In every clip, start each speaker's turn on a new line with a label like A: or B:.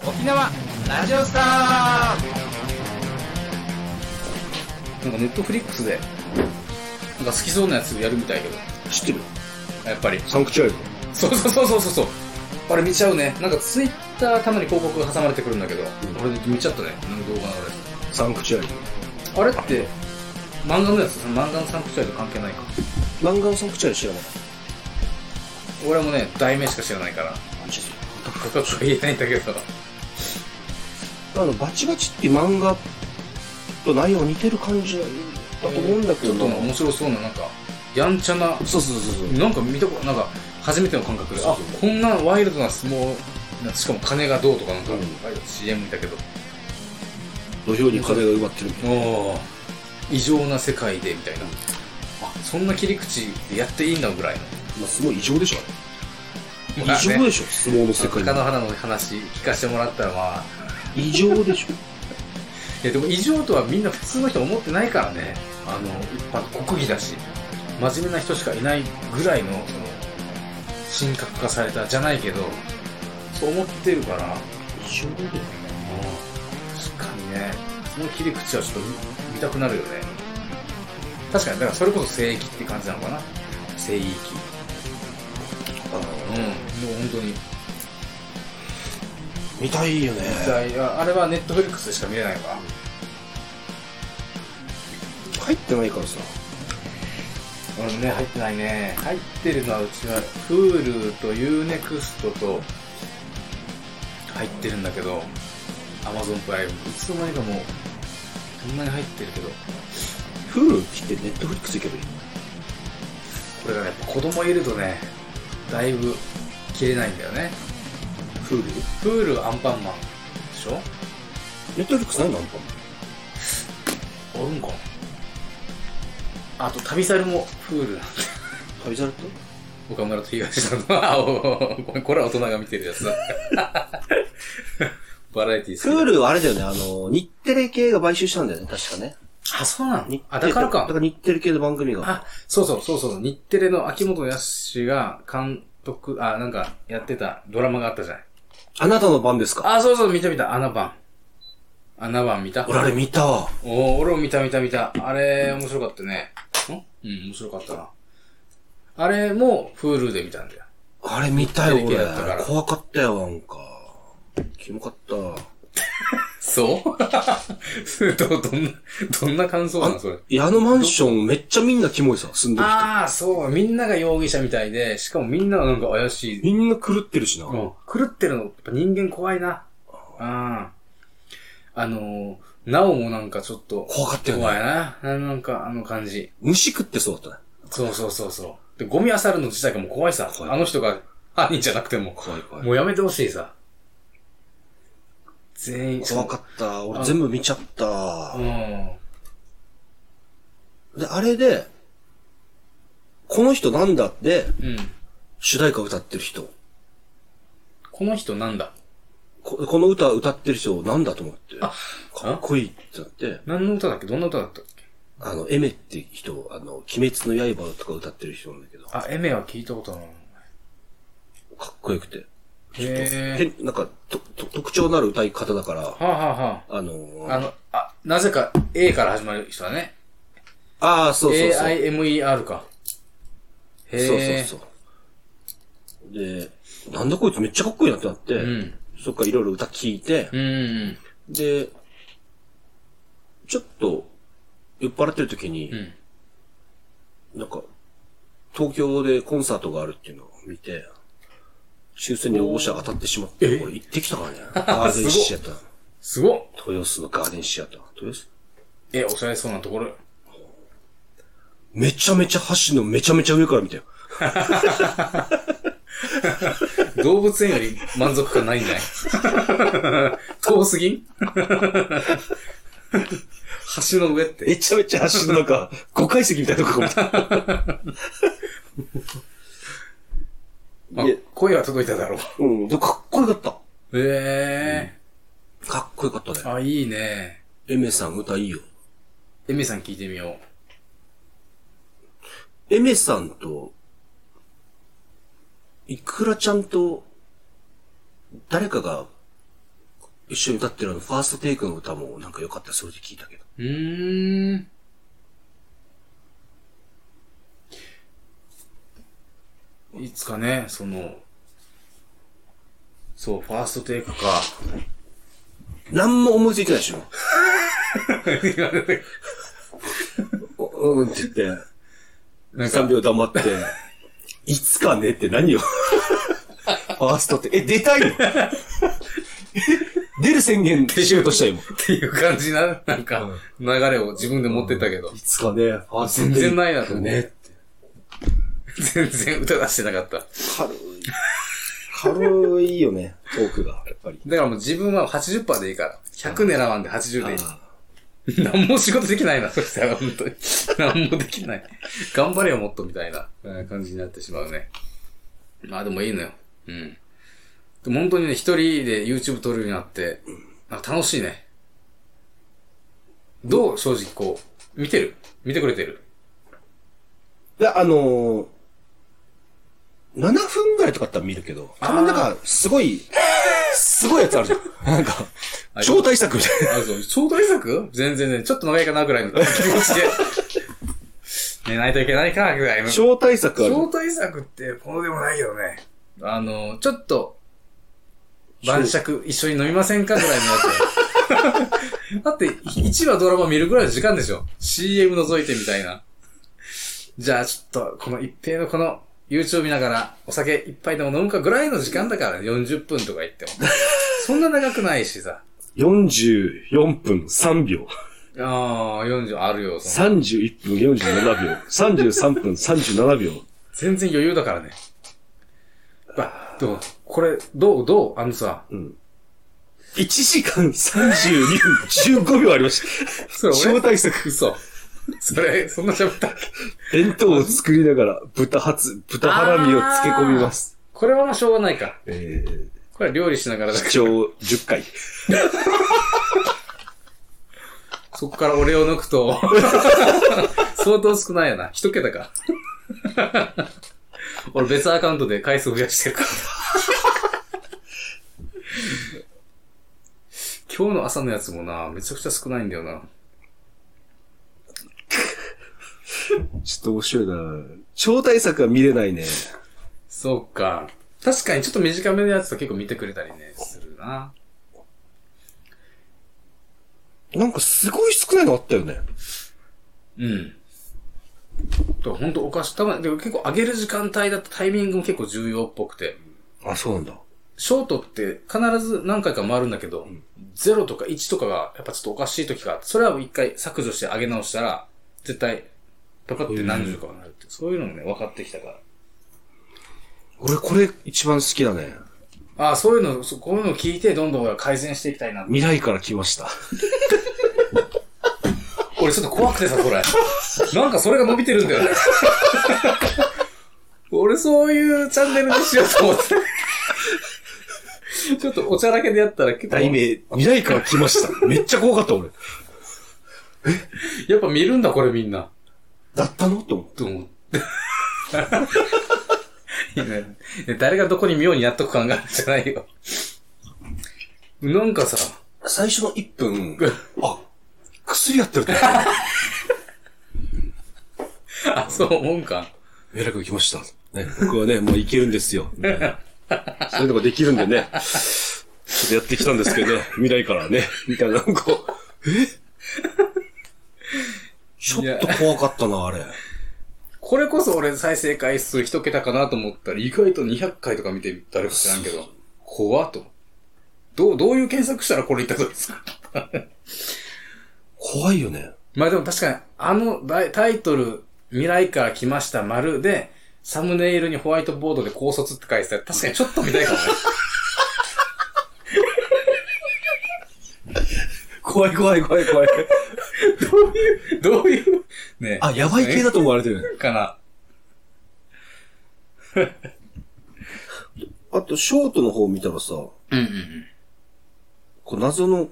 A: 沖縄ラジオスター
B: なんかネットフリックスで、なんか好きそうなやつやるみたいけど、
C: 知ってる
B: やっぱり。
C: サンクチュアリ
B: そうそうそうそうそうそう。あれ見ちゃうね。なんかツイッターたまに広告が挟まれてくるんだけど、俺見ちゃったね。なんか動画の
C: サンクチュアリ
B: あれ。あれって、漫画のやつ、その漫画のサンクチュアリと関係ないか。
C: 漫画のサンクチュアリ知らなかっ
B: 俺もね、題名しか知らないから、
C: たマジで
B: 深くは言えないんだけど。
C: あの、バチバチって漫画と内容似てる感じだと思うんだけ
B: ちょ
C: ど
B: っ
C: な
B: とね面白そうな、なんか、やんちゃな、
C: そうそうそうそう。
B: なんか見たこと、なんか、初めての感覚で、あ、こんなワイルドな相撲、なんかしかも金がどうとかなんか、
C: うん
B: CM 見たけど、
C: 土俵に壁が埋まってるみたい
B: おー異常な世界でみたいな、あそんな切り口でやっていいんだぐらいの
C: な。まあ、すごい異常でしょ、あれ
B: まあ
C: 異
B: ね
C: 常でしょ、相撲の世界
B: 貴乃花の話聞かせてもらったらまあ
C: に。異常でしょ。
B: いやでも異常とはみんな普通の人思ってないからねあの一般国技だし真面目な人しかいないぐらいのその神格化されたじゃないけどそう思ってるから
C: 異常だよ。
B: 確かにねその切り口はちょっと見見たくなるよね確かにだからそれこそ聖域って感じなのかな聖域
C: あの
B: うんもう本当に
C: 見たいよね。
B: じゃあいやあれはネットフリックスでしか見れないのか
C: 入ってないからさ。
B: うんね入ってないね入ってるのはうちは Hulu と UNEXT と入ってるんだけど Amazon プライムいつの間にかもうこんなに入ってるけど
C: フール切ってネットフリックス行けばいい。
B: これがねやっぱ子供いるとねだいぶ切れないんだよね
C: フール
B: Hulu アンパンマンでしょ
C: ネットフリックスないのアンパン
B: おるんかあと旅猿も Hulu なんだ
C: 旅猿って
B: 岡村と東さんの、 あ、おごめん、これは大人が見てるやつだ。 バラエティー
C: フールはあれだよね、あの、日テレ系が買収したんだよね、確かね。
B: あ、そうなの
C: 日
B: あ、
C: テレ
B: だから
C: だか
B: か。
C: ら日テレ系の番組が。
B: あ、そうそう、そうそう、日テレの秋元康が監督、あ、なんかやってたドラマがあったじゃない。
C: あなたの番ですか
B: あ、そうそう、見た見た、穴番。穴番見た
C: 俺あれ見たわ。
B: おー俺も見た見た見た。あれ、面白かったね。んうん、面白かったな。あれも、Hulu で見たんだよ。
C: あれ見たよ、
B: テレビ
C: 俺
B: だったから。
C: 怖かったよ、なんか。キモかった。
B: そう ど、どんな、どんな感想なのそれ。
C: 矢野マンションめっちゃみんなキモいさ、住んでる人。
B: ああ、そう。みんなが容疑者みたいで、しかもみんながなんか怪しい。
C: みんな狂ってるしな。
B: うん。狂ってるの、やっぱ人間怖いな。うん。あのー、なおもなんかちょっと、
C: 怖かったよね。
B: 怖いな。ななんか、あの感じ。
C: 虫食ってそうだったね。
B: そうそうそうそう。で、ゴミ漁るの自体がもう怖いさ。
C: 怖い
B: あの人が犯人じゃなくても。
C: 怖い怖い
B: もうやめてほしいさ。全員、
C: 怖か
B: っ
C: った。俺全部見ちゃった
B: う。ん。
C: で、あれで、この人なんだって、
B: うん。
C: 主題歌歌ってる人。
B: この人なんだ
C: ここの歌歌ってる人なんだと思って。かっこいいってなって。
B: 何の歌だっけどんな歌だったっけ
C: あの、エメって人、あの、鬼滅の刃とか歌ってる人なんだけど、か
B: あ、エメは聞いたことない。
C: っこよくて。
B: へー。
C: 変なんかとと、特徴のある歌い方だから、
B: はあ、はあはあ、
C: あのー
B: あの、あ、なぜか A から始まる人だね。
C: ああ、そうそうそう。
B: AIMER か。へ
C: そう
B: え。
C: そうそう。で、なんだこいつめっちゃかっこいいなってなって、
B: うん。
C: そっからいろいろ歌聴いて、
B: うん。
C: で、ちょっと、酔っ払ってる時に
B: う、ん。
C: なんか、東京でコンサートがあるっていうのを見て、終戦に応募者当たってしまって、俺行ってきたから ね。ガーデンシアター。
B: すごっ
C: 豊洲のガーデンシアター。豊洲
B: え、おしゃれそうなところ。
C: めちゃめちゃ橋のめちゃめちゃ上から見たよ。
B: 動物園より満足感ないんじゃない 遠すぎん 橋の上って。
C: めちゃめちゃ橋の 中、5階席みたいなとこ見た。
B: あ
C: いや、
B: 声は届いただろ
C: うん、でもかっこよかった。
B: う。へ
C: かっこよかった
B: え。
C: ね。
B: あ、いいね。
C: エメさん歌いいよ。
B: エミさん聞いてみよ
C: エメさんと、いくらちゃんと、誰かが一緒に歌ってるあの、ファーストテイクの歌もなんか良かった、それで聞いたけど。
B: うーん。いつかね、その、そう、ファーストテイク か。
C: なんも思いついてないでしょ。おうんって言って、
B: なん
C: 3
B: か、
C: 秒黙って、 いつかねって何よ。ファーストって、え、出たいの 出る宣言しようとしたよ、今。
B: っていう感じな、なんか、流れを自分で持ってったけど
C: い、つかね、ファースト
B: 全然ないなと思う
C: ねって。
B: 全然歌出してなかった。
C: 軽い。軽いよね、トークが、やっぱり。
B: だからもう自分は80%でいいから、100狙わんで80でいい。
C: あ
B: 何も仕事できないな、そしたら本当に。何もできない。頑張れよ、もっとみたいなえー感じになってしまうね。まあでもいいのよ。うん。でも本当にね、一人で YouTube 撮るようになって、なんか楽しいね。どう正直こう。見てる見てくれてる
C: ーいや、あのー、7分ぐらいとかだったら見るけど、たまになんか、すごい、すごいやつあるじゃん。 なんか、超大作みたいな。
B: あ、そう、超大作全然ね、ちょっと長いかなぐらいの気 持ちで。寝ないといけないかぐらいの。
C: 超大作ある。
B: 超大作ってこのでもないけどね。あの、ちょっと、晩酌一緒に飲みませんかぐらいのやつ。 だって、1話ドラマ見るぐらいの時間でしょ。CM 覗いてみたいな。じゃあちょっと、この一平のこの YouTube 見ながらお酒一杯でも飲むかぐらいの時間だから、40分とか言っても。 そんな長くないしさ。
C: 44分3秒。
B: ああ、40あるよ。その
C: 31分47秒。33分37秒。
B: 全然余裕だからね。あ、でも、これ、どうどうあのさ、
C: 1時間32分15秒ありました。
B: それ
C: 超
B: 俺、
C: 大作。
B: 嘘。それ、そんな喋ったっけ
C: 弁当を作りながら豚ハツ、豚ハラミを漬け込みます。
B: これはまあしょうがないか。
C: えー、
B: これは料理しながらだ
C: 視聴10回。
B: そこから俺を抜く と、相当少ないやな。一桁か。俺別アカウントで回数増やしてるから。今日の朝のやつもな、めちゃくちゃ少ないんだよな。
C: ちょっと面白いな超大作は見れないね。
B: そうか。確かにちょっと短めのやつと結構見てくれたりね、するな。
C: なんかすごい少ないのあったよね。
B: うん。と本当おかし、たまに、でも結構上げる時間帯だとタイミングも結構重要っぽくて。
C: あ、そうなんだ。
B: ショートって必ず何回か回るんだけど、0とか1とかがやっぱちょっとおかしい時があって、それは一回削除して上げ直したら、絶対、パカって何十かになるって、そういうのもね、分かってきたから。
C: 俺これ一番好きだね。
B: ああ、そういうの、そうこういうのを聞いて、どんどん俺は改善していきたいな。
C: 未来から来ました。
B: 俺ちょっと怖くてさ、これ。 なんかそれが伸びてるんだよね。 俺そういうチャンネルにしようと思って。ちょっとおちゃらけでやったら結構、
C: 題名、未来から来ました。めっちゃ怖かった俺。
B: やっぱ見るんだ、これみんな。
C: だったのと思って。
B: と思 って。いやね誰がどこに妙にやっとく感があるんじゃないよ。なんかさ、
C: 最初の1分、 あ、薬やってると思っ
B: あ、そう思うんか。
C: た。偉く来ました。ね、僕はね、もういけるん ですよ。みたいなそういうのができるんでね。ちょっとやってきたんですけどね、未来からね、みたいな、なんか、えちょっと怖かったな、あれ。
B: これこそ俺再生回数一桁かなと思ったら、意外と200回とか見て誰か知らんけど、怖っと。どう、どういう検索したらこれ言ったんですか
C: 怖いよね。
B: まあでも確かに、あのタイタイトル、未来から来ました丸で、サムネイルにホワイトボードで高卒って書いてたら、確かにちょっと見たいかもね。
C: 怖い怖い怖い怖い。
B: どういう、ね。
C: あ、やばい系だと思われてるね。
B: かな。
C: あと、ショートの方見たらさ、
B: うんうんうん。
C: こう謎の、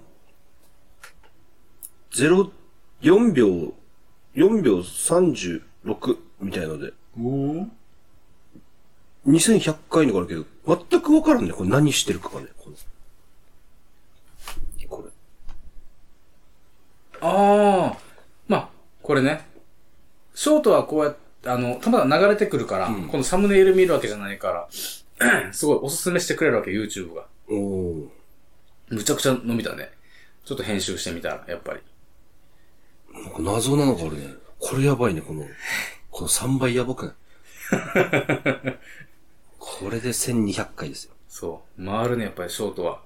C: 0、4秒、4秒36みたいので、
B: おお。
C: 2100回のがあるけど、全くわからんね。これ何してるかがね。この
B: ああ。まあ、これね。ショートはこうやって、あの、たまたま流れてくるから、
C: うん
B: このサムネイル見るわけじゃないから、 すごいおすすめしてくれるわけ、YouTube が。
C: おお。
B: むちゃくちゃ伸びたね。ちょっと編集してみたら、やっぱり。
C: なんか謎なのがあるね。これやばいね、この、この3倍やばくない これで1200回ですよ。
B: そう。回るね、やっぱりショートは。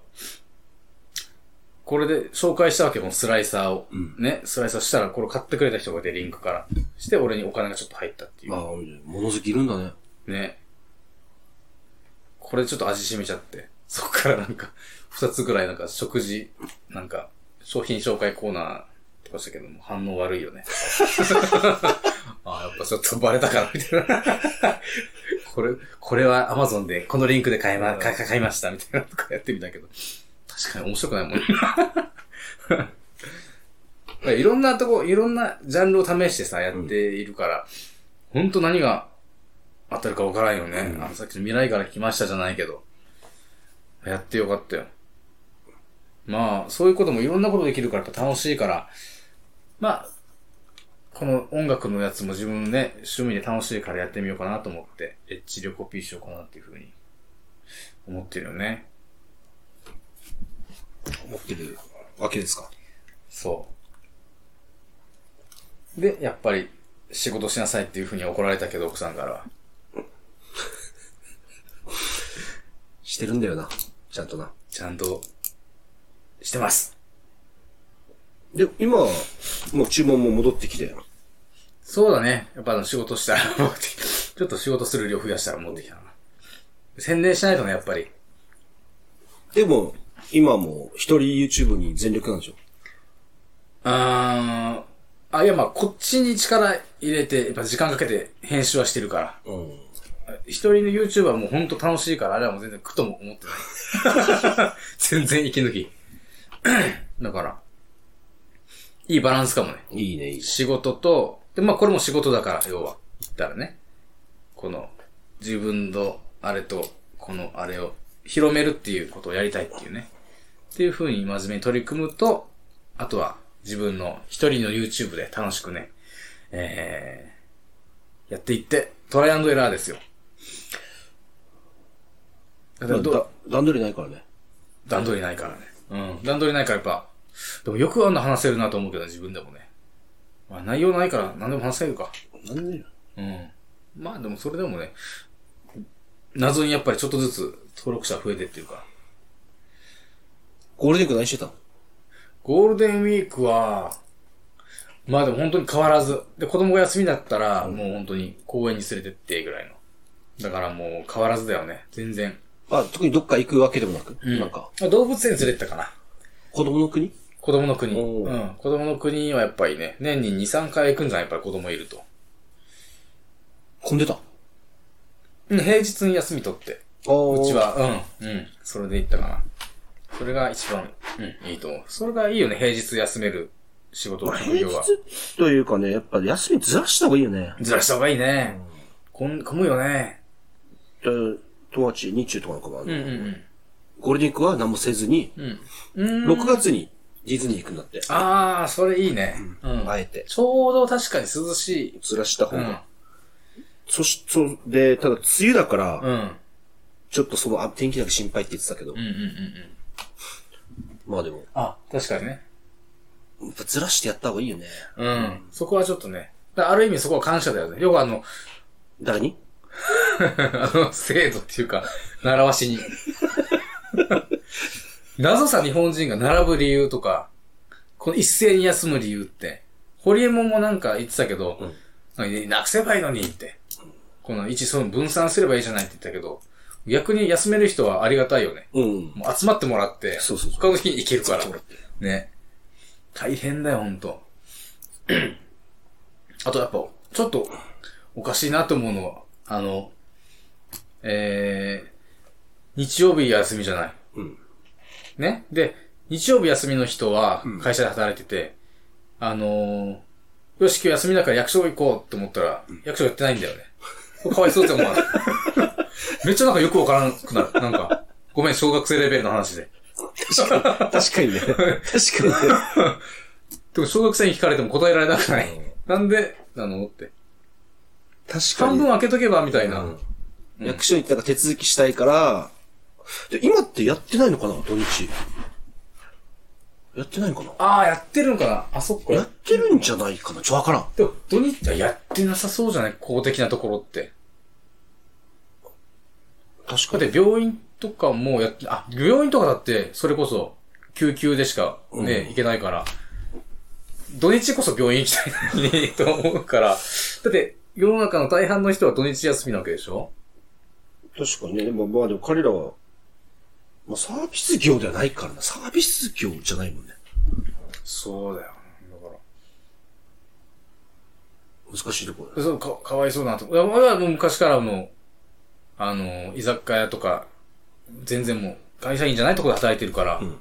B: これで紹介したわけ、このスライサーを。
C: うん
B: ね、スライサーしたら、これ買ってくれた人がいて、リンクから。して、俺にお金がちょっと入ったってい
C: ああ
B: う。、
C: 物好きいるんだね。
B: ね。これちょっと味しめちゃって。そっからなんか、二つぐらいなんか食事、なんか、商品紹介コーナーとかしたけども、反応悪いよね。ああ、やっぱちょっとバレたかな、みたいな。これ、これは Amazon で、このリンクで買いま、買買いました、みたいなとかやってみたけど。確かに面白くないもんね。 いろんなとこ、いろんなジャンルを試してさ、やっているから、ほんと何が当たるか分からんよね。あのさっきの未来から来ましたじゃないけど。やってよかったよ。まあ、そういうこともいろんなことできるからやっぱ楽しいから、まあ、この音楽のやつも自分のね、趣味で楽しいからやってみようかなと思って、エッチリをコピーしようかなっていうふうに思ってるよね。
C: 持ってるわけですか。
B: そう。で、やっぱり仕事しなさいっていうふうに怒られたけど、奥さんからは。
C: してるんだよな。ちゃんとな。
B: ちゃんと、してます。
C: で、今、もう注文も戻ってきて。
B: そうだね。やっぱあの仕事したら 持ってきた、ちょっと仕事する量増やしたら持ってきたな。宣伝しないとね、やっぱり。
C: でも、今もう一人 YouTube に全力なんでしょ。
B: あーあ、いやまあ、こっちに力入れて、やっぱ時間かけて編集はしてるから。
C: うん。
B: 一人の YouTuber はもうほんと楽しいから、あれはもう全然苦とも思って ない。全然息抜き。だから、いいバランスかもね。
C: いいね、いいね。
B: 仕事と、で、まあこれも仕事だから、要は。言ったらね。この、自分のあれと、このあれを広めるっていうことをやりたいっていうね。っていう風に真面目に取り組むと、あとは自分の一人の YouTube で楽しくね、えー、やっていって、トライアンドエラーですよ。だから
C: だ
B: どう
C: 段取りないからね。
B: 段取りないからね。うん。段取りないからやっぱ、でもよくあんな話せるなと思うけど、自分でもね。まあ内容ないから何でも話せるか。
C: なんでよ。
B: うん。まあでもそれでもね、謎にやっぱりちょっとずつ登録者増えてっていうか。
C: ゴールデンウィーク何してたの
B: ゴールデンウィークは、まあでも本当に変わらず。で、子供が休みだったら、もう本当に公園に連れてってぐらいの。だからもう変わらずだよね。全然。
C: あ、特にどっか行くわけでもなく、なんか、
B: あ動物園連れてったかな。
C: 子供の国
B: 子供の国。
C: お
B: う
C: ー
B: ん。子供の国はやっぱりね、年に2、3回行くんじゃないやっぱり子供いると。
C: 混んでた。あ
B: うん、平日に休み取って。
C: あ。
B: うち。は、うん、うん。それで行ったかな。それが一番、うん、いいと思う。それがいいよね、平日休める仕事、職
C: 平
B: 業は。
C: 日というかね、やっぱ休みずらした方がいいよね。
B: ずらした方がいいね。こん、混むよね。
C: えー友達、日中とかの子が、
B: うんうん
C: ゴールデンウィークは何もせずに、
B: うん。うん。うん。
C: 6月にディズニー行くんだって。
B: あー、それいいね。うん。
C: あえて。
B: ちょうど確かに涼しい。
C: ずらした方
B: う
C: が。
B: ん。
C: そし、そ、で、ただ梅雨だから、
B: うん。うん
C: ちょっとそのあ天気だけ心配って言ってたけど、
B: うんうんうん。
C: まあでも、
B: あ、確かにね。
C: やっぱずらしてやった方がいいよね。
B: うん。そこはちょっとね。だからある意味そこは感謝だよね。よくあの、
C: 誰に
B: あの、制度っていうか、習わし に。謎さ日本人が並ぶ理由とか、この一斉に休む理由って、ホリエモンもなんか言ってたけど、なんかなくせばいいのにって。この一、その分散すればいいじゃないって言ったけど、逆に休める人はありがたいよね。
C: うん。
B: もう集まってもらって、
C: そうそうそう
B: 他の日に行けるから。ね。大変だよ、ほんと。 あとやっぱ、ちょっと、おかしいなと思うのは、あの、えー、日曜日休みじゃない。
C: うん
B: ね。で、日曜日休みの人は、会社で働いてて、あのー、よし、今日休みだから役所行こうと思ったら、役所やってないんだよね。かわいそうって思わない。めっちゃなんかよくわからなくなる。なんか、ご めん、小学生レベルの話で。
C: 確かにね。確かにね。
B: でも小学生に聞かれても答えられなくない。なんでなのって。
C: 確か
B: 半
C: に
B: 分。開けとけばみたいな。
C: うん役所に行ったら手続きしたいから、で今ってやってないのかな土日。やってないのかな
B: ああ、やってるのかなあ、そっか。
C: やってるんじゃないかなちょ、わからん。
B: でも、土日はやってなさそうじゃない公的なところって。
C: 確
B: だっ
C: かに。
B: て病院とかもやって、あ、病院とかだって、それこそ、救急でしかね、
C: うん
B: 行けないから、土日こそ病院行きたいのにと思うから、だって、世の中の大半の人は土日休みなわけでしょ
C: 確かにね。でも、まあでも彼らは、まあサービス業ではないからな。サービス業じゃないもんね。
B: そうだよ。だから。
C: 難しいところだね
B: そう、か、かわいそうだなと。いや、まだもう昔からもう、あの、居酒屋とか、全然もう、会社員じゃないところで働いてるから、
C: ん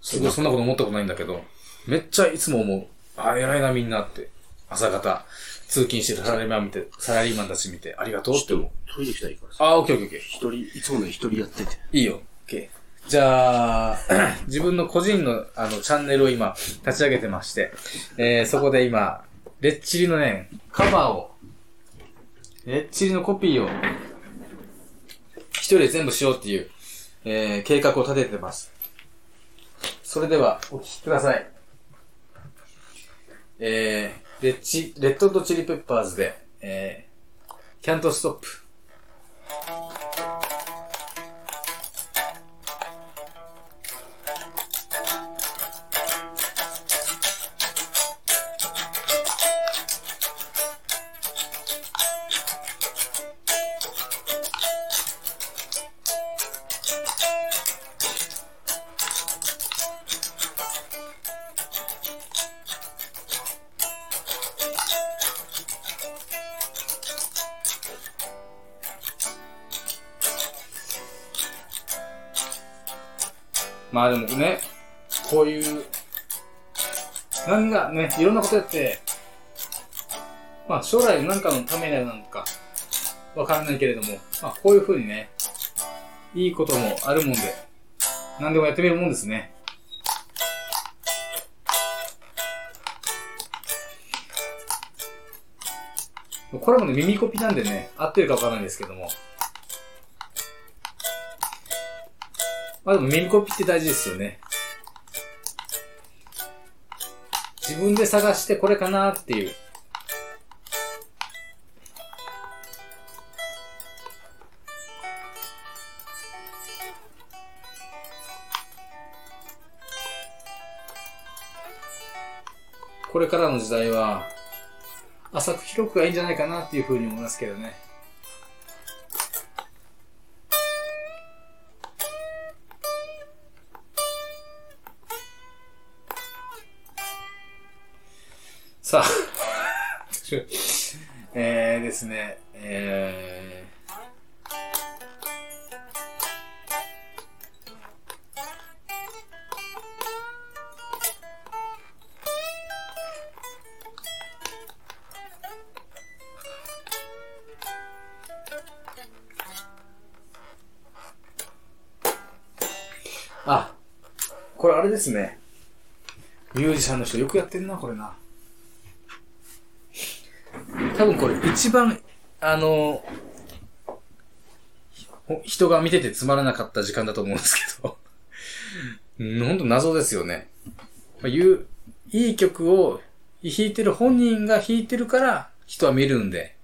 B: すごいそんなこと思ったことないんだけど、めっちゃいつも思う。あ、偉いなみんなって。朝方、通勤してるサラリーマン見て、サラリーマンたち見て、ありがとうって思う。
C: トイレ行きたいからさ。
B: あ、オッケーオッケーオッケ
C: 一人、いつもね、一人やってて。
B: ー。いいよ。オッケー。じゃあ、 自分の個人の、あの、チャンネルを今、立ち上げてまして、えー、そこで今、レッチリのね、カバーを、レッチリのコピーを、一人で全部しようっていう、えー、計画を立ててます。それでは、お聞きください。えー、レッチ、レッドとチリペッパーズで、えー、キャントストップ。まあでもね、こういう、なんかね、いろんなことやって、まあ将来なんかのためになるのか、わからないけれども、まあこういうふうにね、いいこともあるもんで、何でもやってみるもんですね。これもね、耳コピなんでね、合ってるかわからないですけども。まあでも耳コピって大事ですよね。自分で探してこれかなっていう。これからの時代は、浅く広くがいいんじゃないかなっていうふうに思いますけどね。さあ、 えーですね、えー、あ、これあれですね。ミュージシャンの人よくやってんな、これな。多分これ一番、あの、ほ人が見ててつまらなかった時間だと思うんですけど。 うんほんと謎ですよね。まあ、いう、いい曲を弾いてる本人が弾いてるから人は見るんで。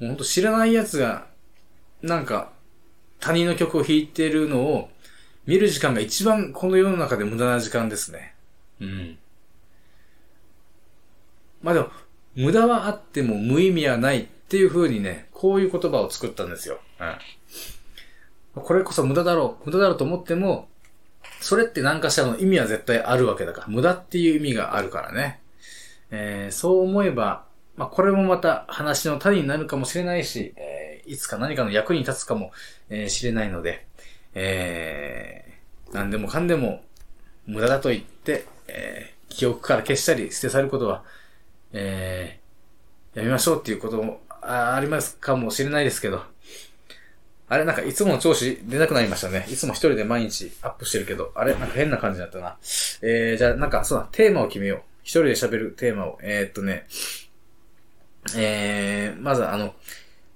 B: もうほんと知らない奴が、なんか、他人の曲を弾いてるのを見る時間が一番この世の中で無駄な時間ですね。うん。まあでも、無駄はあっても無意味はないっていう風にね、こういう言葉を作ったんですよ。うん。これこそ無駄だろう、無駄だろうと思っても、それって何かしらの意味は絶対あるわけだから、無駄っていう意味があるからね。えーそう思えば、まあ、これもまた話の種になるかもしれないし、えーいつか何かの役に立つかも、えーしれないので、えー何でもかんでも無駄だと言って、えー記憶から消したり捨て去ることは、えーやめましょうっていうこともあありますかもしれないですけど、あれなんかいつもの調子出なくなりましたね。いつも一人で毎日アップしてるけど、あれなんか変な感じだったな。えー、じゃあなんかそうだ、テーマを決めよう。一人で喋るテーマを。えー、っとね、えー、まずあの、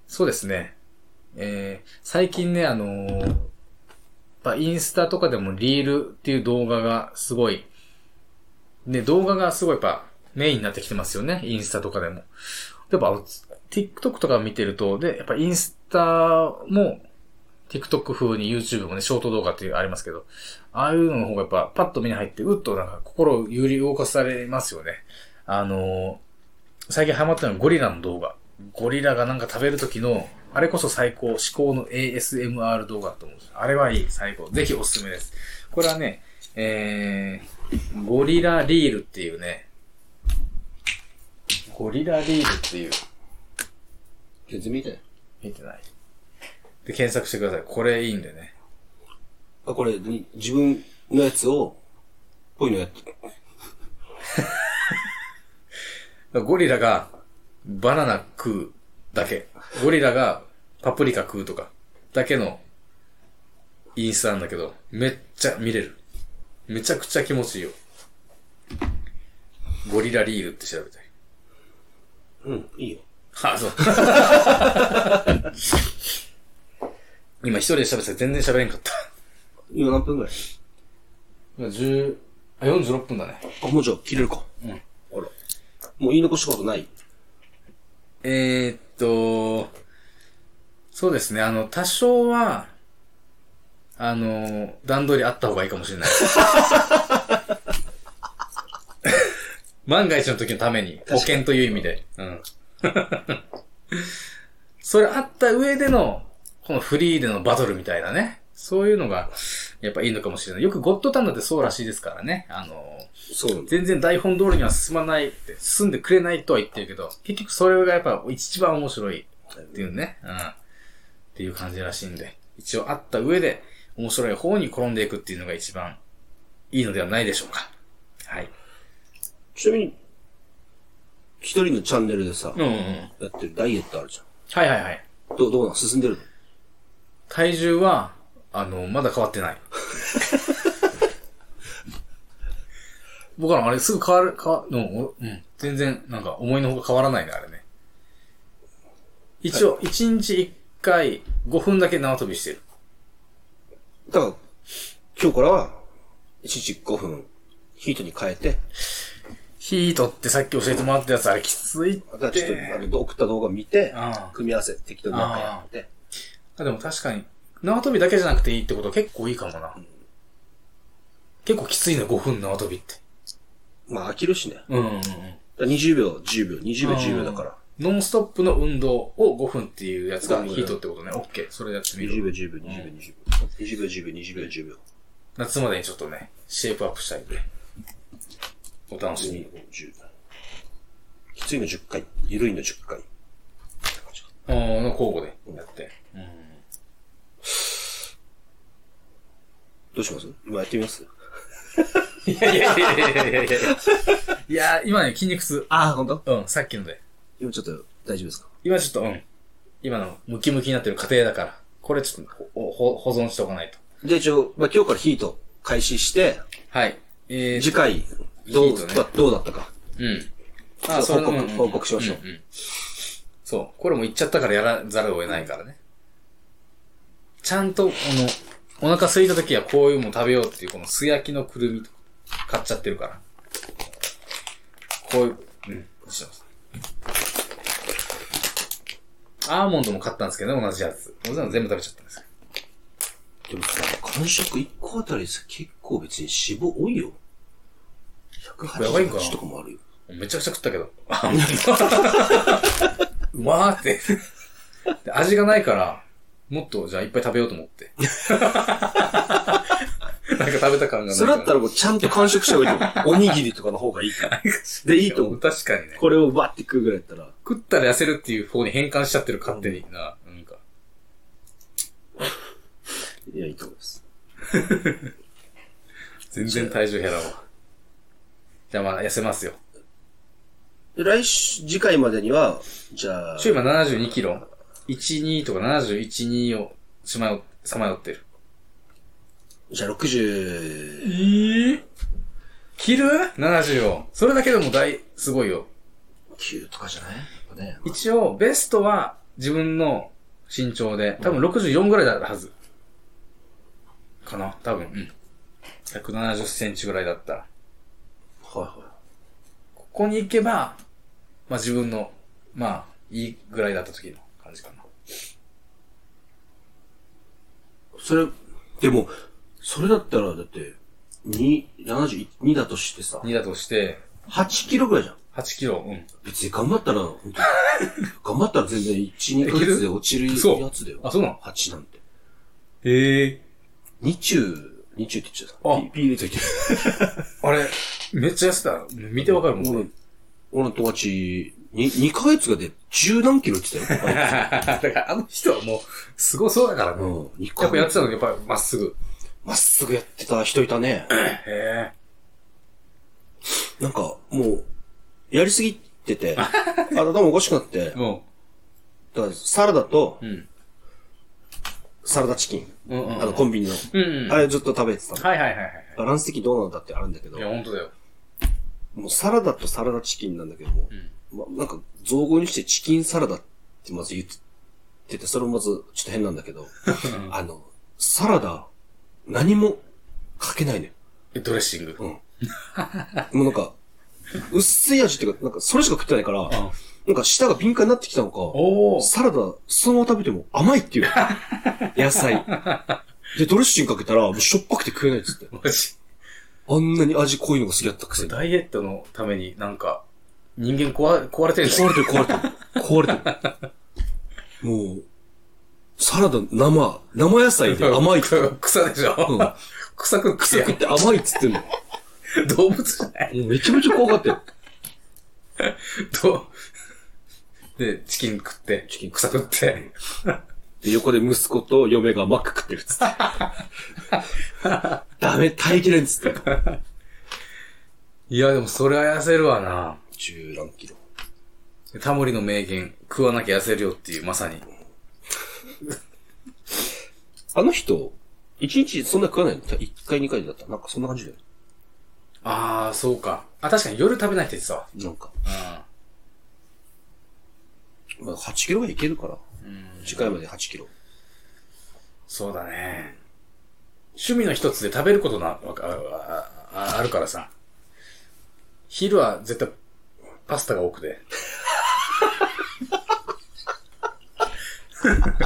B: そうですね。えー、最近ね、あのーやっぱインスタとかでもリールっていう動画がすごい、ね、動画がすごいやっぱメインになってきてますよね。インスタとかでも。やっぱあの、TikTok とか見てると、で、やっぱインスタも、TikTok 風に YouTube もね、ショート動画っていうのありますけど、ああいうのの方がやっぱパッと目に入って、うっとなんか心を揺り動かされますよね。あのー最近ハマったのはゴリラの動画。ゴリラがなんか食べる時の、あれこそ最高、至高の ASMR 動画だと思うんですあれはいい、最高。ぜひおすすめです。これはね、えー、ゴリラリールっていうね、ゴリラリールっていう、
C: 全然見てない。
B: 見てない。で、検索してください。これいいんでね。
C: あ、これ、に自分のやつを、こういうのやって、
B: ゴリラがバナナ食うだけ。ゴリラがパプリカ食うとか、だけのインスタなんだけど、めっちゃ見れる。めちゃくちゃ気持ちいいよ。ゴリラリールって調べたい。
C: うん、いいよ。
B: は そう。今一人で喋ってたら全然喋れんかった。
C: 今何分ぐらい
B: 今10、あ、46分だね。
C: あ、もうじゃあ切れるか。うん。あら。もう言い残したことない
B: えーっと、そうですね。あの、多少は、あの、段取りあった方がいいかもしれない。 万が一の時のために、保険という意味で。うん。 それあった上での、このフリーでのバトルみたいなね。そういうのが、やっぱいいのかもしれない。よくゴッドタンだってそうらしいですからね。あの、
C: そうなんだ。
B: 全然台本通りには進まないって、進んでくれないとは言ってるけど、結局それがやっぱ一番面白いっていうね、うん。っていう感じらしいんで、一応あった上で、面白い方に転んでいくっていうのが一番いいのではないでしょうか。はい。
C: ちなみに、一人のチャンネルでさ、
B: うんうんうん。
C: やってるダイエットあるじゃ
B: はいはいはい。
C: ん。どう、どうなん進んでるの
B: 体重は、あの、まだ変わって ない。僕らあれすぐ変わる、変わの、おうん、全然、なんか思いのほか変わらないね、あれね。一応、一日一回、5分だけ縄跳びしてる。
C: だから、今日からは、1日5分、ヒートに変えて、
B: ヒートってさっき教えてもらったやつ、あれきつい
C: だ
B: っ
C: からちょ
B: て
C: っと、あ。の、送った動画見て
B: ああ、
C: 組み合わせ、適当になんかやって。
B: あでも確かに、縄跳びだけじゃなくていいってことは結構いいかもな。結構きついの、5分縄跳びって。
C: まあ、飽きるしね。だか
B: うんうんうん。
C: ら20秒、10秒、20秒、10秒だから。
B: ノンストップの運動を5分っていうやつがヒートってことね。オッケー。それやってみ
C: 20
B: る。
C: 秒、10秒、20秒、20秒。20秒、10秒、20秒、10秒。
B: 夏までにちょっとね、シェイプアップしたいんで。お楽しみに。
C: 10きついの10回、ゆるいの10回。
B: あーの交互でやって。
C: どうします今やってみます
B: いやいやいやいやいやいやいや。いやー、今ね、筋肉痛。
C: ああ、ほんと
B: うん、さっきので。
C: 今ちょっと大丈夫ですか
B: 今ちょっと、うん。今のムキムキになってる過程だから。これちょっとほほ保存しておかないと。
C: じゃあ一応、まあ今日からヒート開始して、
B: はい。えー、
C: 次回、どう、
B: ヒートね
C: どうどうだったか。
B: うん。あー、
C: 報告
B: うんうん
C: 報告しましょうん
B: んそう。これも言っちゃったからやらざるを得ないからね。ちゃんと、あの、お腹空いた時はこういうもん食べようっていう、この素焼きのくるみとか買っちゃってるから。こういう、うん、します。アーモンドも買ったんですけどね、同じやつ。同じの全部食べちゃったんですよ
C: でもさ、間食1個あたりさ、結構別に脂肪多いよ。
B: やばいんかな
C: 188とかもあるよ。
B: めちゃくちゃ食った けど。あうまーって。で味がないから、もっとじゃあいっぱい食べようと思 って。なんか食べた感がない。
C: それだったらもうちゃんと完食した方がいいと思う。おにぎりとかの方がいい から。で、いいと思う。
B: 確かにね。
C: これをバッて食うぐらいだったら。
B: 食ったら痩せるっていう方に変換しちゃってる勝手にな。なんか。
C: いや、いいと思います。
B: 全然体重減らんわ。じゃあまあ痩せますよ。
C: で来週、次回までには、じゃあ、
B: 週今72キロ。12とか71、2をしまよ、さまよってる。
C: じゃあ60、
B: ええ切る ?70 を。それだけでも大、すごいよ。
C: 9とかじゃないね。
B: 一応、ベストは自分の身長で、多分64ぐらいだったはず。かな多分。うん。170センチぐらいだったら。
C: はいは
B: ここに行けば、まあ自分の、まあ、いいぐらいだった時の感じかな。
C: い。それ、でも、それだったら、だって、2、72だとしてさ、
B: 2だとして、
C: 8キロぐらいじゃん。
B: 8キロ、うん。
C: 別に頑張ったら、本当に頑張ったら全然1、2ヶ月で落ちる
B: 嘘
C: やつだよ。
B: あそうなの
C: ?8 なんて。
B: ええ
C: 2中、2中って言っちゃった。
B: あ
C: ピピー入れといて。
B: あれ、めっちゃ痩せた。見てわかるもん、
C: 俺、俺の友達、に2ヶ月がで十何キロって言ってたよ。
B: だからあの人はもう、すごそうだからね。
C: う
B: やっ
C: ん、2
B: ぱ
C: ヶ
B: やって
C: 月。
B: たのやっぱまっすぐ。
C: まっすぐやってた人いたね。
B: へえ。
C: なんか、もう、やりすぎてて、頭おかしくなって、だか
B: も
C: らサラダと
B: う、うん。
C: サラダチキン、
B: うんうんうん
C: あのコンビニの、
B: うん、うん。
C: あれずっと食べてたの。
B: はいはいはいはい。
C: バランス的どうなんだってあるんだけど
B: いや、、本当だよ。
C: もうサラダとサラダチキンなんだけども、まなんか造語にしてチキンサラダってまず言ってて、それもまずちょっと変なんだけど、あの、サラダ、何もかけないのよ。
B: えドレッシング。
C: うん。もうなんか、薄い味っていうか、なんかそれしか食ってないから、なんか舌が敏感になってきたのか、
B: おお。
C: サラダ、そのまま食べても甘いっていう。野菜。で、ドレッシングかけたら、もうしょっぱくて食えないっつって。
B: マジ。
C: あんなに味濃いのが好きだったくせに。
B: ダイエットのためになんか、人間壊壊れてるんです
C: 壊
B: よ。
C: れてる壊れてる。壊れてる。もう、サラダ生、生野菜で 甘いっつって。
B: 草でしょ、
C: うん
B: 臭く、臭
C: 臭く
B: く、
C: て甘いっつってんの。も
B: 動物じゃないう
C: めちゃめちゃ怖かったよ。
B: と、で、チキン食って、
C: チキン
B: 臭くって。
C: で、横で息子と嫁がマック食ってるっつって。 ダメ、耐えきれんっつって。
B: いや、でもそれは痩せるわな。
C: 十何キロ。
B: タモリの名言、食わなきゃ痩せるよっていう、まさに。
C: あの人、一日そんな食わないの一回二回だった。なんかそんな感じだよ。
B: ああ、そうか。あ、確かに夜食べないって言ってたわ。
C: なんか。
B: うん。
C: まあ、8キロはいけるから。次回まで8キロ。
B: そうだね。趣味の一つで食べることな、わかあああるからさ。昼は絶対パスタが多くて。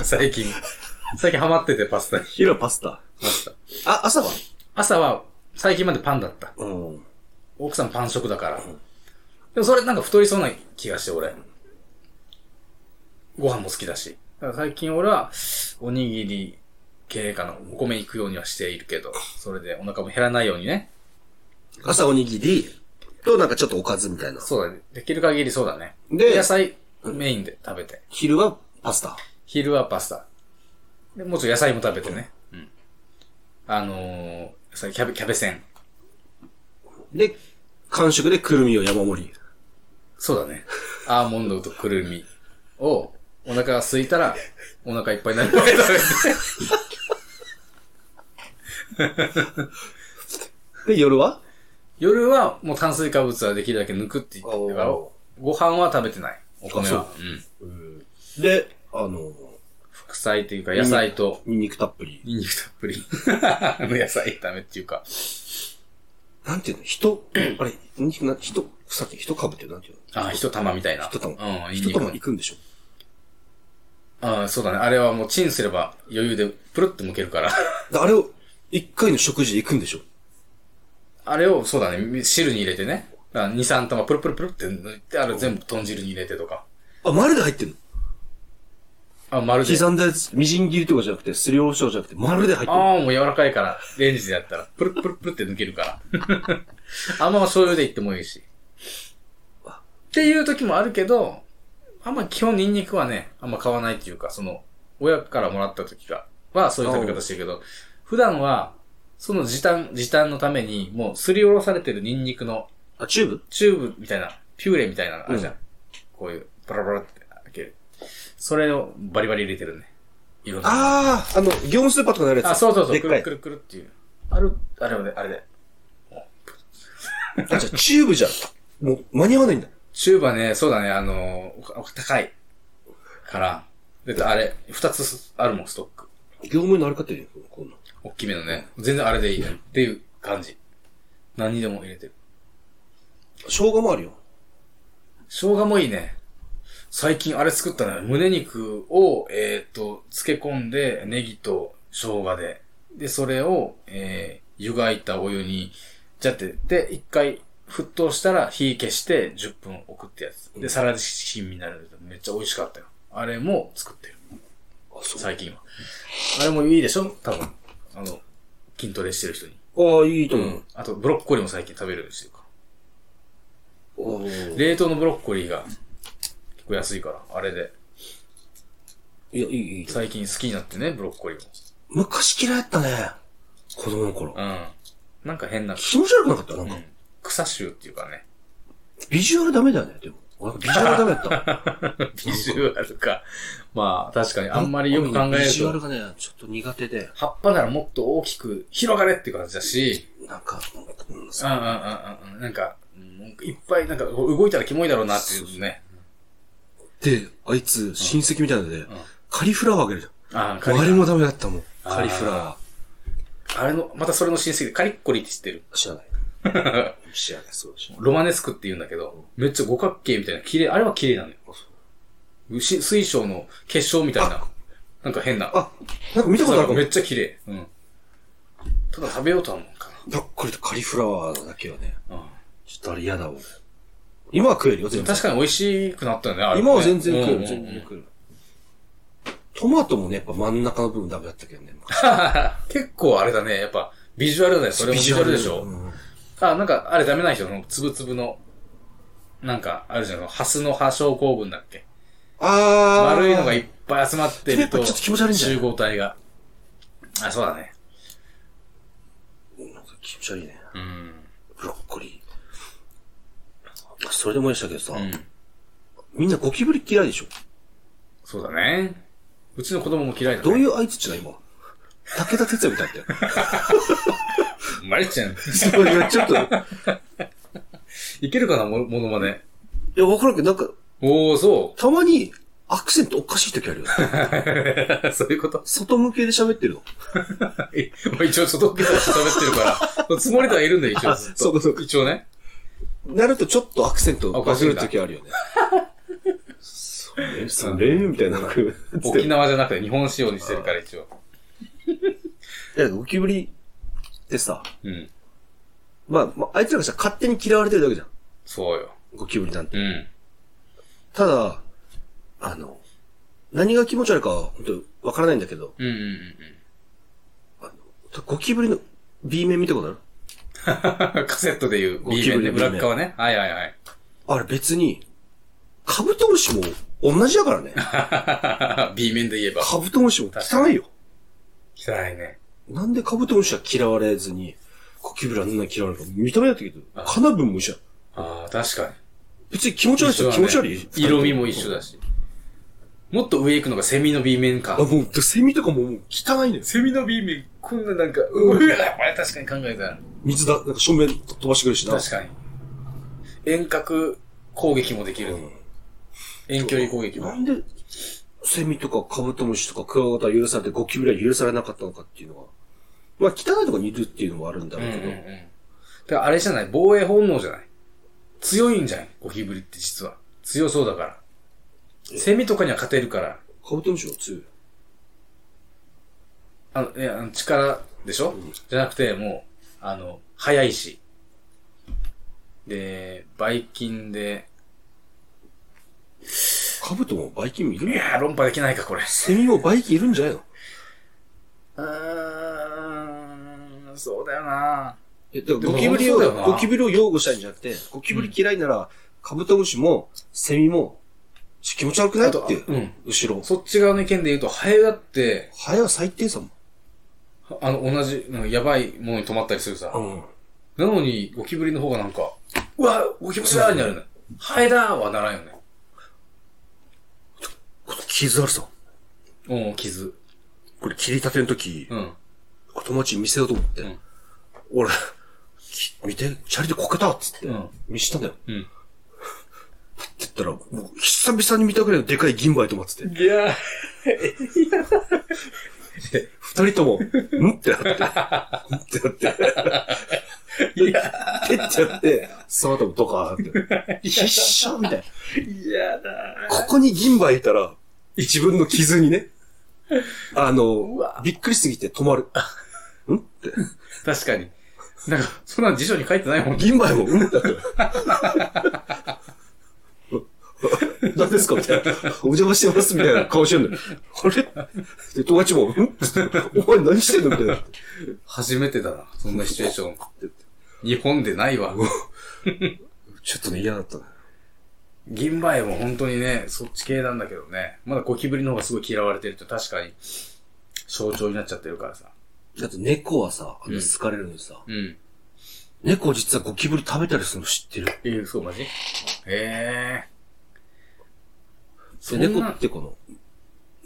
B: 最近、最近ハマっててパスタに。
C: 昼はパスタ。
B: パスタ
C: あ、朝は
B: 朝は最近までパンだった。
C: うん。
B: 奥さんパン食だから。でもそれなんか太りそうな気がして、俺。ご飯も好きだし。だから最近俺は、おにぎり系かな。お米行くようにはしているけど、それでお腹も減らないようにね。
C: 朝おにぎりとなんかちょっとおかずみたいな。
B: そうだね。できる限りそうだね。
C: で
B: 野菜メインで食べて。
C: 昼はパスタ。
B: 昼はパスタ。で、もうちょっと野菜も食べてね。うん。あのー、野菜キャベ、キャベ戦。
C: で、完食でくるみを山盛り。
B: そうだね。アーモンドとくるみを、お腹が空いたら、お腹いっぱいになるまで 食べて。
C: で、夜は
B: 夜はもう炭水化物はできるだけ抜くって言ってるから、
C: お
B: ご飯は食べてない。お米は。
C: あ
B: うん。
C: で、あの、
B: 副菜というか野菜と、
C: ニンニクたっぷり。
B: ニンニクたっぷり。 あの野菜炒めっていうか。
C: なんていうの人、あれ、ニンニクな、人、さっき人株ってなんていうの
B: ああ、一玉みたいな。
C: 一玉。
B: うん、ニン
C: 一
B: ニク
C: 玉
B: の
C: い。くんでしょ
B: ああ、そうだね。あれはもうチンすれば余裕でプルって剥けるから。
C: であれを、一回の食事でいくんでしょ
B: あれを、そうだね、汁に入れてね。だから2、3玉プルプルプルって抜いて、あれ全部豚汁に入れてとか。
C: あ、丸で入ってるの
B: あ、まるで。
C: 刻んだやつ、みじん切りとかじゃなくて、すりおろしとかじゃなくて、丸で入ってる。
B: ああ、もう柔らかいから、レンジでやったら、プルプルプルって抜ける から。あんま醤油でいってもいいし。っていう時もあるけど、あんま基本ニンニクはね、あんま買わないっていうか、その、親からもらった時が、はそういう食べ方してるけど、普段は、その時短、時短のために、もうすりおろされてるニンニクの
C: あ、チューブ
B: チューブみたいな、ピューレみたいなのあるじゃん。
C: う
B: こういう、バラバラって開ける。それをバリバリ入れてるね。色々
C: ああ、あの、業務スーパーとかのやるやつ。
B: あ、そうそうそう、
C: でっ
B: く
C: か
B: る
C: い
B: く。るくるっていう。ある、あれもね、あれで。
C: あ、じゃあチューブじゃ、もう間に合わないんだ。
B: チューバね、そうだね、あの、おお高い。から、だってあれ、二つすあるもん、ストック。
C: 業務用のあれ買ってるよ、こんなん。
B: 大きめのね。全然あれでいいやっていう感じ。何にでも入れてる。
C: 生姜もあるよ。
B: 生姜もいいね。最近あれ作ったね。胸肉を、えっ、と、漬け込んで、ネギと生姜で。で、それを、えー、湯がいたお湯に、じゃって、で、一回沸騰したら火消して10分置くってやつ。で、サラダ品になるめっちゃ美味しかったよ。あれも作ってる。
C: あ、そ
B: 最近は。あれもいいでしょ多分。あの、筋トレしてる人に。
C: う。ああ、いいと思う。
B: あと、ブロッコリーも最近食べるようにしてるから。
C: おー
B: 冷凍のブロッコリーが結構安いから、あれで。
C: いや、いい、いい。
B: 最近好きになってね、ブロッコリーも。
C: 昔嫌いだったね。子供の頃。
B: うん。なんか変な、
C: 気持ち悪くなかったなん
B: う
C: か、
B: ん、草臭っていうか ね。
C: ビジュアルダメだよね、でも。なんかビジュアルダメだった。
B: ビジュアルか。まあ、確か にあんまりよく考
C: ビ
B: え
C: ジュアル
B: ると、
C: がね、ちょっと苦手で、
B: 葉っぱならもっと大きく広がれって感じだし、
C: なんか、うん
B: うんうんうんうん。なんか、うんいっぱいなんかこう動いたらキモいだろうなっていうね。
C: で、あいつ、親戚みたいなので、
B: ん
C: カリフラワーあげるじ
B: ああ、
C: ゃ
B: カ
C: ん。
B: リ
C: あれもダメだったもん。
B: あー
C: カリフラワ
B: あれの、またそれの親戚でカリッコリって知ってる。
C: ー。知らない。知らない、そうでしょ。
B: ロマネスクって言うんだけど、めっちゃ五角形みたいな、綺麗、あれは綺麗なのよ。牛水晶の結晶みたいな。なんか変な。
C: あ、なんか見たことあるかも
B: め。っちゃ綺麗。うん。ただ食べようとは思うか
C: ブロッコリーとカリフラワーだけはね、
B: な。
C: ちょっとあれ嫌だもん。今は食えるよ、
B: う
C: 全
B: ん。
C: 然。
B: 確かに美味しくなったよね、あれね
C: 今は全然食え
B: うんう
C: る、
B: ん
C: 全然食える。トマトもね、やっぱ真ん中の部分ダメだったけどね。
B: 結構あれだね、やっぱ、ビジュアルだね。それもビジュアルでしょ。
C: うん
B: あ、なんか、あれダメない人の、つぶつぶの、なんか、あるじゃん。ハスの葉症候群だっけ。
C: あー。
B: 丸いのがいっぱい集まってる
C: それ
B: と、
C: やっぱちょっと気持ち悪いんじゃない
B: 集合体が。あ、そうだね。
C: なんか気持ち悪いね。
B: うん。
C: ブロッコリー。それでもいいでしたけどさ、
B: うん。
C: みんなゴキブリ嫌いでしょ。
B: そうだね。うちの子供も嫌いだね。
C: どういうう合図だ今。武田鉄矢みたいだったよ。
B: マリちゃん。
C: すごい、いや、ちょっと、い
B: いけるかな、も、ものまね。
C: や、わからんけど、なんか、
B: おー、そ
C: たまに、アクセントおかしい時あるよ。
B: う。 そういうこと。
C: 外向けで喋ってるの。
B: えまあ一応、外向けとして喋ってるから、そのつもりではいるんだよ、一応
C: あ
B: ずっと。
C: そうかそうか
B: 一応ね。
C: なるとちょっとアクセント
B: お
C: お
B: か
C: か
B: し
C: し
B: い
C: い
B: んだ
C: 時あるよね。 それ、それ、みたいな。
B: 沖
C: い
B: 縄じゃなくて日本仕様にしてるから、一応。
C: や、ゴキブリってさ、
B: うん。
C: まあ、まあ、あいつらがさ、勝手に嫌われてるだけじゃん。
B: そうよ。
C: ゴキブリなんて。
B: うん。
C: ただ、あの、何が気持ち悪いかは、本当わからないんだけど、
B: うんうんうん
C: ゴキブリの B 面見たことある
B: うん。 カセットでいう
C: ゴ
B: B
C: キブ
B: 面
C: リ
B: ね、
C: の
B: ブラッカーはね。はいはいはい。
C: あれ別に、カブトムシも同じだから ね。
B: B 面で言えば。
C: カブトムシも汚いよ。
B: 汚いね。
C: なんでカブトムシは嫌われずに、ゴキブリはあんなに嫌われるか。見た目だったけど、
B: あ
C: カナブンも一緒だ
B: ああ、確かに。
C: 別に気持ち悪い人は気持ち悪い、
B: 一緒だね色味も一緒だし。もっと上行くのがセミの B 面か
C: あ、。もう、セミとかももう汚いのよ。
B: セミの B 面、こんななんか、うわ、これ確かに考えたら。
C: 水だ、なんか正面飛ばしてくれるしな。
B: 確かに。遠隔攻撃もできる。遠距離攻撃
C: な
B: も。
C: んで、セミとかカブトムシとかクワガタは許されてゴキブリは許されなかったのかっていうのは。まあ、汚いとこにいるっていうのもあるんだろうけど。
B: だからあれじゃない防衛本能じゃない強いんじゃないゴキブリって実は。強そうだから。セミとかには勝てるから。
C: カブトムシは強い。
B: あの、いや、あの力でしょじゃなくて、もう、あの、速いし。で、バイキンで、
C: カブトもバイキンもいるん
B: い
C: だよ。
B: やー、論破できないか、これ。
C: セミもバイキンいるんじゃないの
B: うーん、そうだよな
C: え、だか
B: で
C: ら
B: も
C: ゴキブリを、
B: そうだよな
C: ゴキブリを擁護したいんじゃなくて、ゴキブリ嫌いなら、カブトムシも、セミも、ちょ気持ち悪くない
B: あ
C: って
B: と、あうん。
C: 後ろ。
B: そっち側の意見で言うと、ハエだって、
C: ハエは最低さも。
B: あの、同じ、なんかやばいものに止まったりするさ。
C: ん。
B: なのに、ゴキブリの方がなんか、うわ、ゴキブリだーになるね。ハエだーはならんよね。
C: この傷あるさ。
B: うん、傷。
C: これ切りたての時、
B: うん。
C: 友達に見せようと思って、
B: ん
C: 俺、き見て、チャリでこけたっつって、
B: うん
C: 見したんだよ。
B: うん。
C: って言ったら、もう久々に見たぐらいのでかい銀歯止まってて、
B: いや
C: 二人とも、んってなって、んってなって、
B: ー、いや
C: てっちゃって、触ったもドカー って、必勝みたいな。
B: ー、いやだ
C: ここに銀歯いたら、自分の傷 にね、あ
B: う
C: の
B: わ、
C: びっくりしすぎて止まる。んって。
B: ー。確かに。なんか、そんなん辞書に書いてないもんね。
C: 銀杯もうんだから。 何ですかみたいな。お邪魔してますみたいな顔してんのよ。あれで、友達も、んって言ってお前何してんのみたいな。
B: 初めてだな、そんなシチュエーション。日本でないわ。
C: ちょっとね、嫌だったね。
B: 銀バエも本当にね、そっち系なんだけどね。まだゴキブリの方がすごい嫌われてるって確かに象徴になっちゃってるからさ。
C: だって猫はさ、あの
B: うん
C: 好かれるのにさ、
B: うん。
C: 猫実はゴキブリ食べたりするの知ってる
B: えー、そうマジええそ
C: で
B: んな
C: 猫ってこの、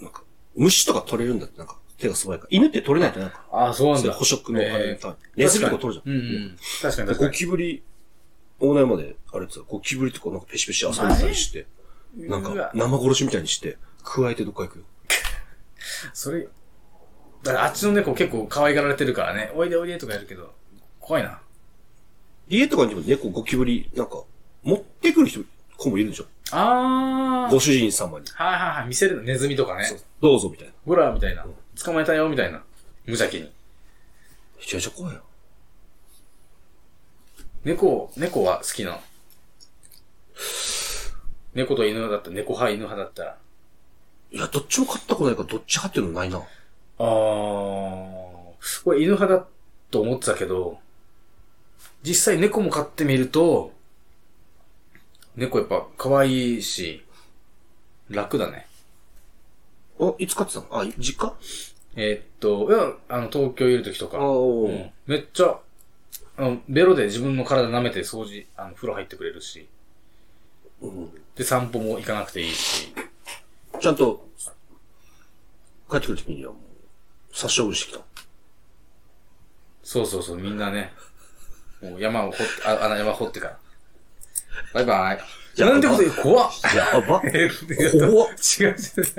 C: なんか、虫とか取れるんだって、なんか、手が素早いから。犬って取れないってなんか、
B: ああ、そうなん
C: そ
B: だ。
C: れ捕食の、あれ
B: えー、
C: ネズミとか取るじゃん。
B: うん、うん。確かに確か
C: ゴ
B: に。
C: キブリ、オーナーまで、あれってさ、ゴキブリとかなんかペシペシ遊んでたりして、なん
B: う
C: か
B: わ、
C: 生殺しみたいにして、加えてどっか行くよ。
B: それ、だからあっちの猫結構可愛がられてるからね。おいでおいでとかやるけど、怖いな。
C: 家とかにも猫、ゴキブリ、なんか、持ってくる人、子もいるでしょ。
B: あー
C: ご。主人様に。
B: はいはいはい。見せるの。ネズミとかね。
C: どうぞ、みたいな。
B: ほら、みたいな。捕まえたよ、みたいな。無邪気に。
C: めちゃめちゃ怖いよ。
B: 猫、猫は好きなの猫と犬派だったら、猫派、犬派だったら。
C: いや、どっちも飼ったことないから、どっち派っていうのないな。
B: あー。これ犬派だと思ってたけど、実際猫も飼ってみると、猫やっぱ可愛いし、楽だね。
C: あ、いつ飼ってたのあ、実家
B: えーっと、いや、あの、東京いる時と
C: あ
B: か
C: あ、、
B: う
C: うん
B: ん、めっちゃ、あの、ベロで自分の体舐めて掃除、あの、風呂入ってくれるし、で、散歩も行かなくていいし、
C: ちゃんと、帰ってくる時にはもう、殺処分してきた。
B: そうそうそう、みんなね。もう山を掘って、あ、穴山掘ってから。バイバイ。
C: や
B: なんてこと言う、怖っ。。
C: やば
B: えー
C: 怖っ
B: 違う違う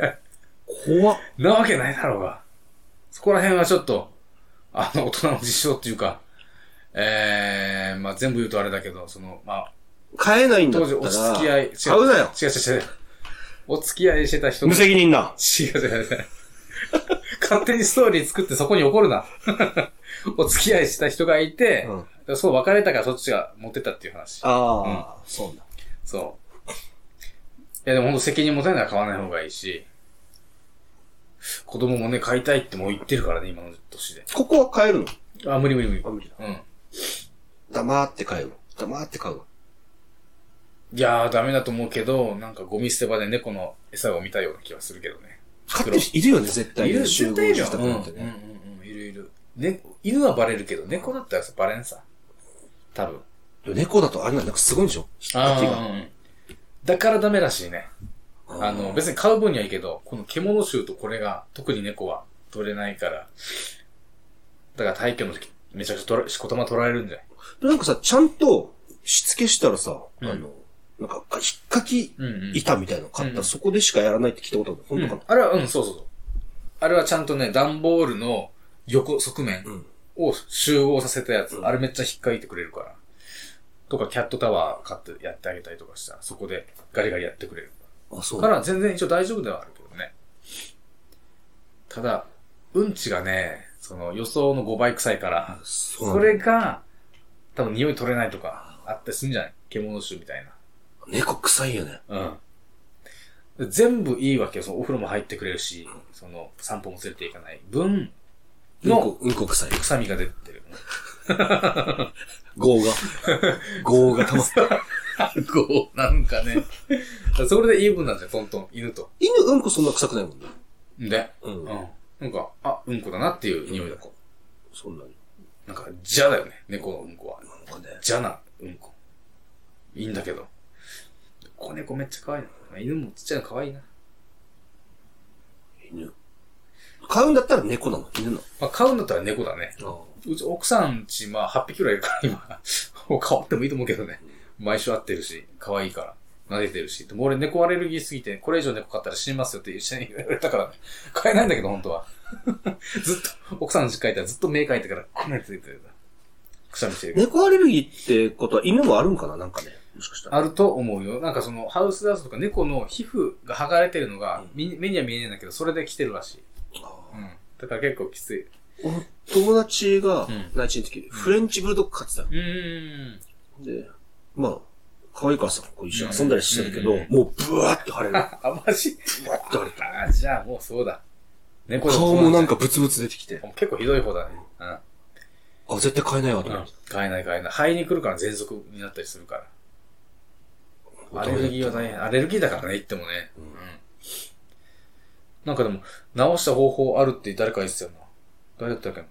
C: 怖 っ。
B: 違う。なわけないだろうが。そこら辺はちょっと、あの、大人の事情っていうか、えー、まあ全部言うとあれだけど、その、まあ、
C: 飼えないんだっ
B: 当
C: た
B: 時
C: ら、
B: お付き合い、違
C: 買うなよ。
B: 違う違う違う。お付き合いしてた人
C: 無責任な。
B: 違う違う違う。勝手にストーリー作ってそこに怒る な。お付き合いした人がいて、そう別れたからそっちが持ってったっていう話。
C: ああ、そうだ。
B: そう。いやでもほんと責任持たないなら買わない方がいいし、子供もね、買いたいってもう言ってるからね、今の年で。
C: ここは買えるの
B: あ、無理無理無理。
C: あ無理だ
B: うん。
C: 黙って買えるの。黙って買うの。
B: いやー、ダメだと思うけど、なんかゴミ捨て場で猫の餌を見たような気はするけどね。
C: 買ってる人いるよね、絶対ね。
B: いる、
C: 集
B: 絶
C: 合
B: 対いる
C: 住
B: よ。
C: 宅
B: うん、うん、
C: な
B: うん
C: てね。
B: ん、うん、いるいる。ね、犬はバレるけど、猫だったらさ、バレんさ。多分。
C: 猫だとあれなんなんかすごいんでしょ引っ掛けが。
B: うん。だからダメらしいね。あの、別に買う分にはいいけど、この獣臭とこれが、特に猫は取れないから。だから退去の時、めちゃくちゃ取ら、しこたま取られるんじゃない
C: でなんかさ、ちゃんと、しつけしたらさ、あ
B: うん
C: の、なんか、あ引っかき
B: うんうん
C: 板みたいなの買っ
B: うん
C: た
B: う
C: ら、
B: ん
C: そこでしかやらないって聞いたことある。本当かな
B: あれは、うん、そうそうそう。あれはちゃんとね、段ボールの横、側面
C: ん
B: を集合させたやつ。
C: ん
B: あれめっちゃ引っかいてくれるから。とか、キャットタワー買ってやってあげたりとかしたら、そこでガリガリやってくれる。
C: あ、そう
B: から、全然一応大丈夫ではあるけどね。ただ、うんちがね、その予想の5倍臭いから、
C: そう
B: それが、多分匂い取れないとか、あったりするんじゃない獣臭みたいな。
C: 猫臭いよね。
B: うん。全部いいわけよ。そのお風呂も入ってくれるし、その散歩も連れていかない分
C: うん
B: の
C: こ、うんこ臭い。
B: 臭みが出てる。
C: 業が。業がたまって。
B: こう、なんかね。 それでイーブンなんですよ、トントン。犬と。
C: 犬うんこそんな臭くないもんね。
B: で、
C: う。
B: うんん。なんか、あ、うんこだなっていう匂いだ、こ
C: そんなに。
B: う。なんか、邪だよね、猫のうんこは。
C: なんかね。
B: 邪なうんこ。いいんだけど。子猫めっちゃ可愛いな。犬もちっちゃいの可愛いな。
C: 犬。買うんだったら猫なの犬な
B: まあ、飼うんだったら猫だね。
C: の。
B: うち奥さんち、まあ、8匹ぐらいいるから、今。もう変わってもいいと思うけどね。毎週会ってるし、可愛いから。撫でてるし。でも俺猫アレルギーすぎて、これ以上猫飼ったら死にますよって一緒に言われたからね。飼えないんだけど、本当は。 ずっと、奥さんの実家行ったらずっと目描いてから、こんなについてる。くしゃみしてるけど。
C: 猫アレルギーってことは犬もあるんかななんかね。もしかしたら。
B: あると思うよ。なんかその、ハウスダストとか猫の皮膚が剥がれてるのが、
C: うん
B: み目には見えないんだけど、それで来てるらしい。う
C: あ
B: ん。だから結構きつい。
C: ーお友達が
B: うん、
C: 内地の時、フレンチブルドッグ飼ってたの
B: うーん。
C: で、まあ、可愛いからさ、こう一緒に遊んだりしてるけ
B: う
C: ど
B: ん、
C: もうブワーって腫れ る。
B: あ、マジ
C: 誰
B: あ、じゃあもうそうだ。猫で
C: 顔もなん
B: か。
C: かブツブツ出てきて、
B: 結構ひどい方だね。うん。
C: あ、絶対買えないわと思って。
B: 買えない買えない。肺に来るから喘息になったりするから。アレルギーは大変。アレルギーだからね、言ってもね。うん。なんかでも、治した方法あるって誰か言ってたよな。誰だったっけな。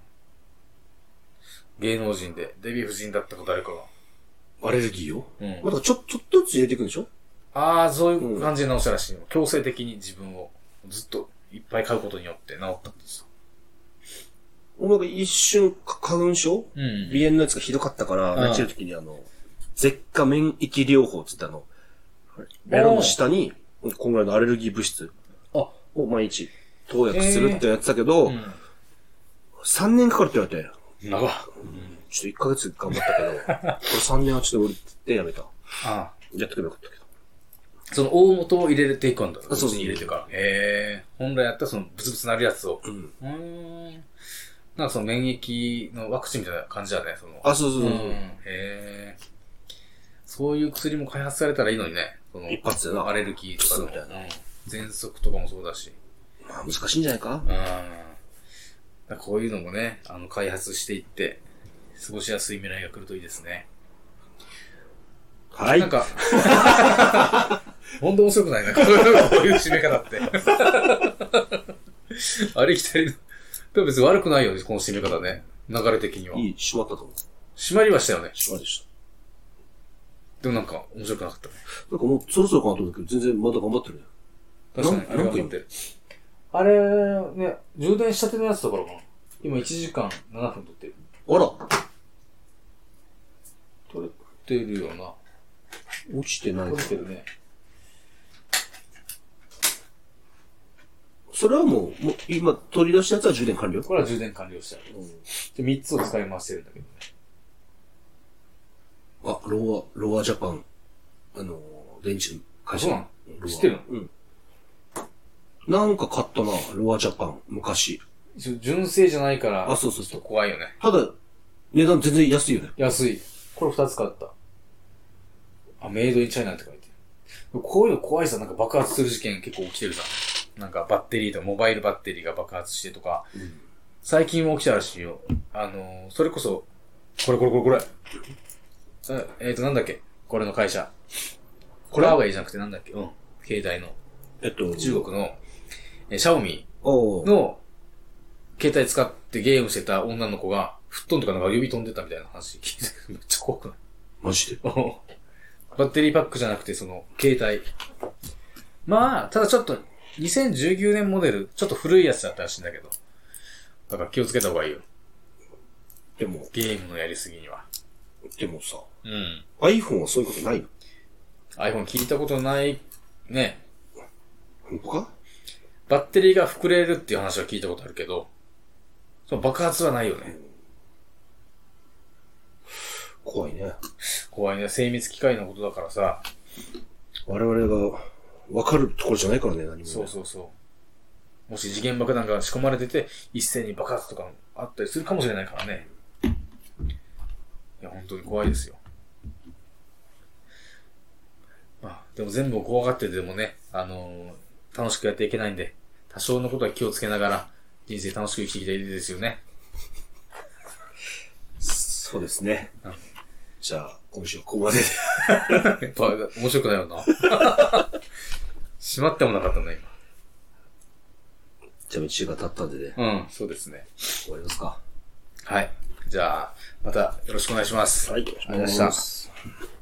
B: 芸能人で、デヴィ夫人だったか誰かが。
C: アレルギーを
B: うん
C: まだちょ、ちょっとずつ入れていくんでしょ
B: ああ、そういう感じで治したらしいよ。強制的に自分をずっといっぱい買うことによって治ったんですよ。
C: 俺なんか一瞬、か花粉症
B: うん
C: 鼻炎のやつがひどかったから、
B: うん
C: 泣いてる時にあの、舌下免疫療法っつってあの、ベロの下に、こんぐらいのアレルギー物質
B: あ、
C: を毎日投薬するってやってたけど、
B: う
C: 3年かかるって言われて、
B: ん。長っ。
C: ちょっと1ヶ月頑張ったけど、これ3年はちょっと無理って言ってやめ
B: ああ。
C: た。やってくればよかったけど。
B: その大元を入れていくんだ。
C: あそうそう
B: 口に入れてから。へえ。本来やったらそのブツブツなるやつを。
C: うん。
B: うーん。なんかその免疫のワクチンみたいな感じだね。その。
C: あ、そうそううそ
B: ん。
C: う。
B: へえ。そういう薬も開発されたらいいのにね。その
C: 一発でな
B: アレルギーとかでも。
C: そうだ
B: うん。喘息とかもそうだし。
C: まあ難しいんじゃないか
B: うん。だからこういうのもね、あの、開発していって、過ごしやすい未来が来るといいですね。
C: はい
B: なんか、 本当面白くないな、 こういう締め方って。 ありきたりな。でも別に悪くないよね、この締め方ね。流れ的には。
C: いい、閉まったと思う。
B: 締まりはしたよね。
C: 閉まりでし
B: でもなんか、面白くなかったね。
C: た。なんかもうそろそろかなと思ったけど、全然まだ頑張ってるね。
B: 確かに、あ
C: なん
B: れ
C: な
B: は
C: んか
B: 分ってる。あれ、ね、充電したてのやつだからな。今1時間7分撮ってる。
C: あら
B: 撮れてるよな。
C: 落ちてない
B: 撮れてるね。
C: それはもう、もう今取り出したやつは充電完了
B: これは充電完了した。で、3つを使い回してるんだけどね。
C: あ、ロア、ロアジャパン、あのー、電池の会社。
B: そうなの
C: ロア
B: 知ってるの
C: うん。なんか買ったな、ロアジャパン、昔。
B: 一応純正じゃないから、
C: あそうそうそう
B: ちょっと怖いよね。
C: ただ、値段全然安いよね。
B: 安い。これ二つ買った。あ、メイドインチャイナって書いてる。こういうの怖いさ、なんか爆発する事件結構起きてるじゃん。なんかバッテリーとかモバイルバッテリーが爆発してとか、最近も起きたらしいよ。あのー、それこそ、これこれこれこれ。あえっ、と、なんだっけこれの会社。これハーウェイじゃなくてなんだっけうん。携帯の。
C: えっと、
B: 中国の、えーシャオミ
C: おう
B: の、携帯使ってゲームしてた女の子が、吹っ飛んとかなんか指飛んでたみたいな話聞いて、めっちゃ怖くない
C: マジで。
B: バッテリーパックじゃなくて、その、携帯。まあ、ただちょっと、2019年モデル、ちょっと古いやつだったらしいんだけど。だから気をつけた方がいいよ。
C: でも、
B: ゲームのやりすぎには。
C: でもさ、
B: うん。
C: iPhone はそういうことないの
B: iPhone 聞いたことない、ね。
C: 本当か
B: バッテリーが膨れるっていう話は聞いたことあるけど、その爆発はないよね。
C: 怖いね。
B: 怖いね。精密機械のことだからさ。
C: 我々が分かるところじゃないからね、何もね、
B: そうそうそう。もし次元爆弾が仕込まれてて、一斉に爆発とかあったりするかもしれないからね。いや、本当に怖いですよ。まあ、でも全部を怖がっててもね、あのー楽しくやっていけないんで、多少のことは気をつけながら、人生楽しく生きていきたいですよね。
C: そうですね。じゃあ、今週はここまでで。
B: やっぱ、面白くないよ な。閉まってもなかったね、
C: じゃあ、道が経ったんでね、
B: 今。うん、そうですね。
C: 終わりますか。
B: はい。じゃあ、またよろしくお願いします。
C: はい、
B: ありがとうございました。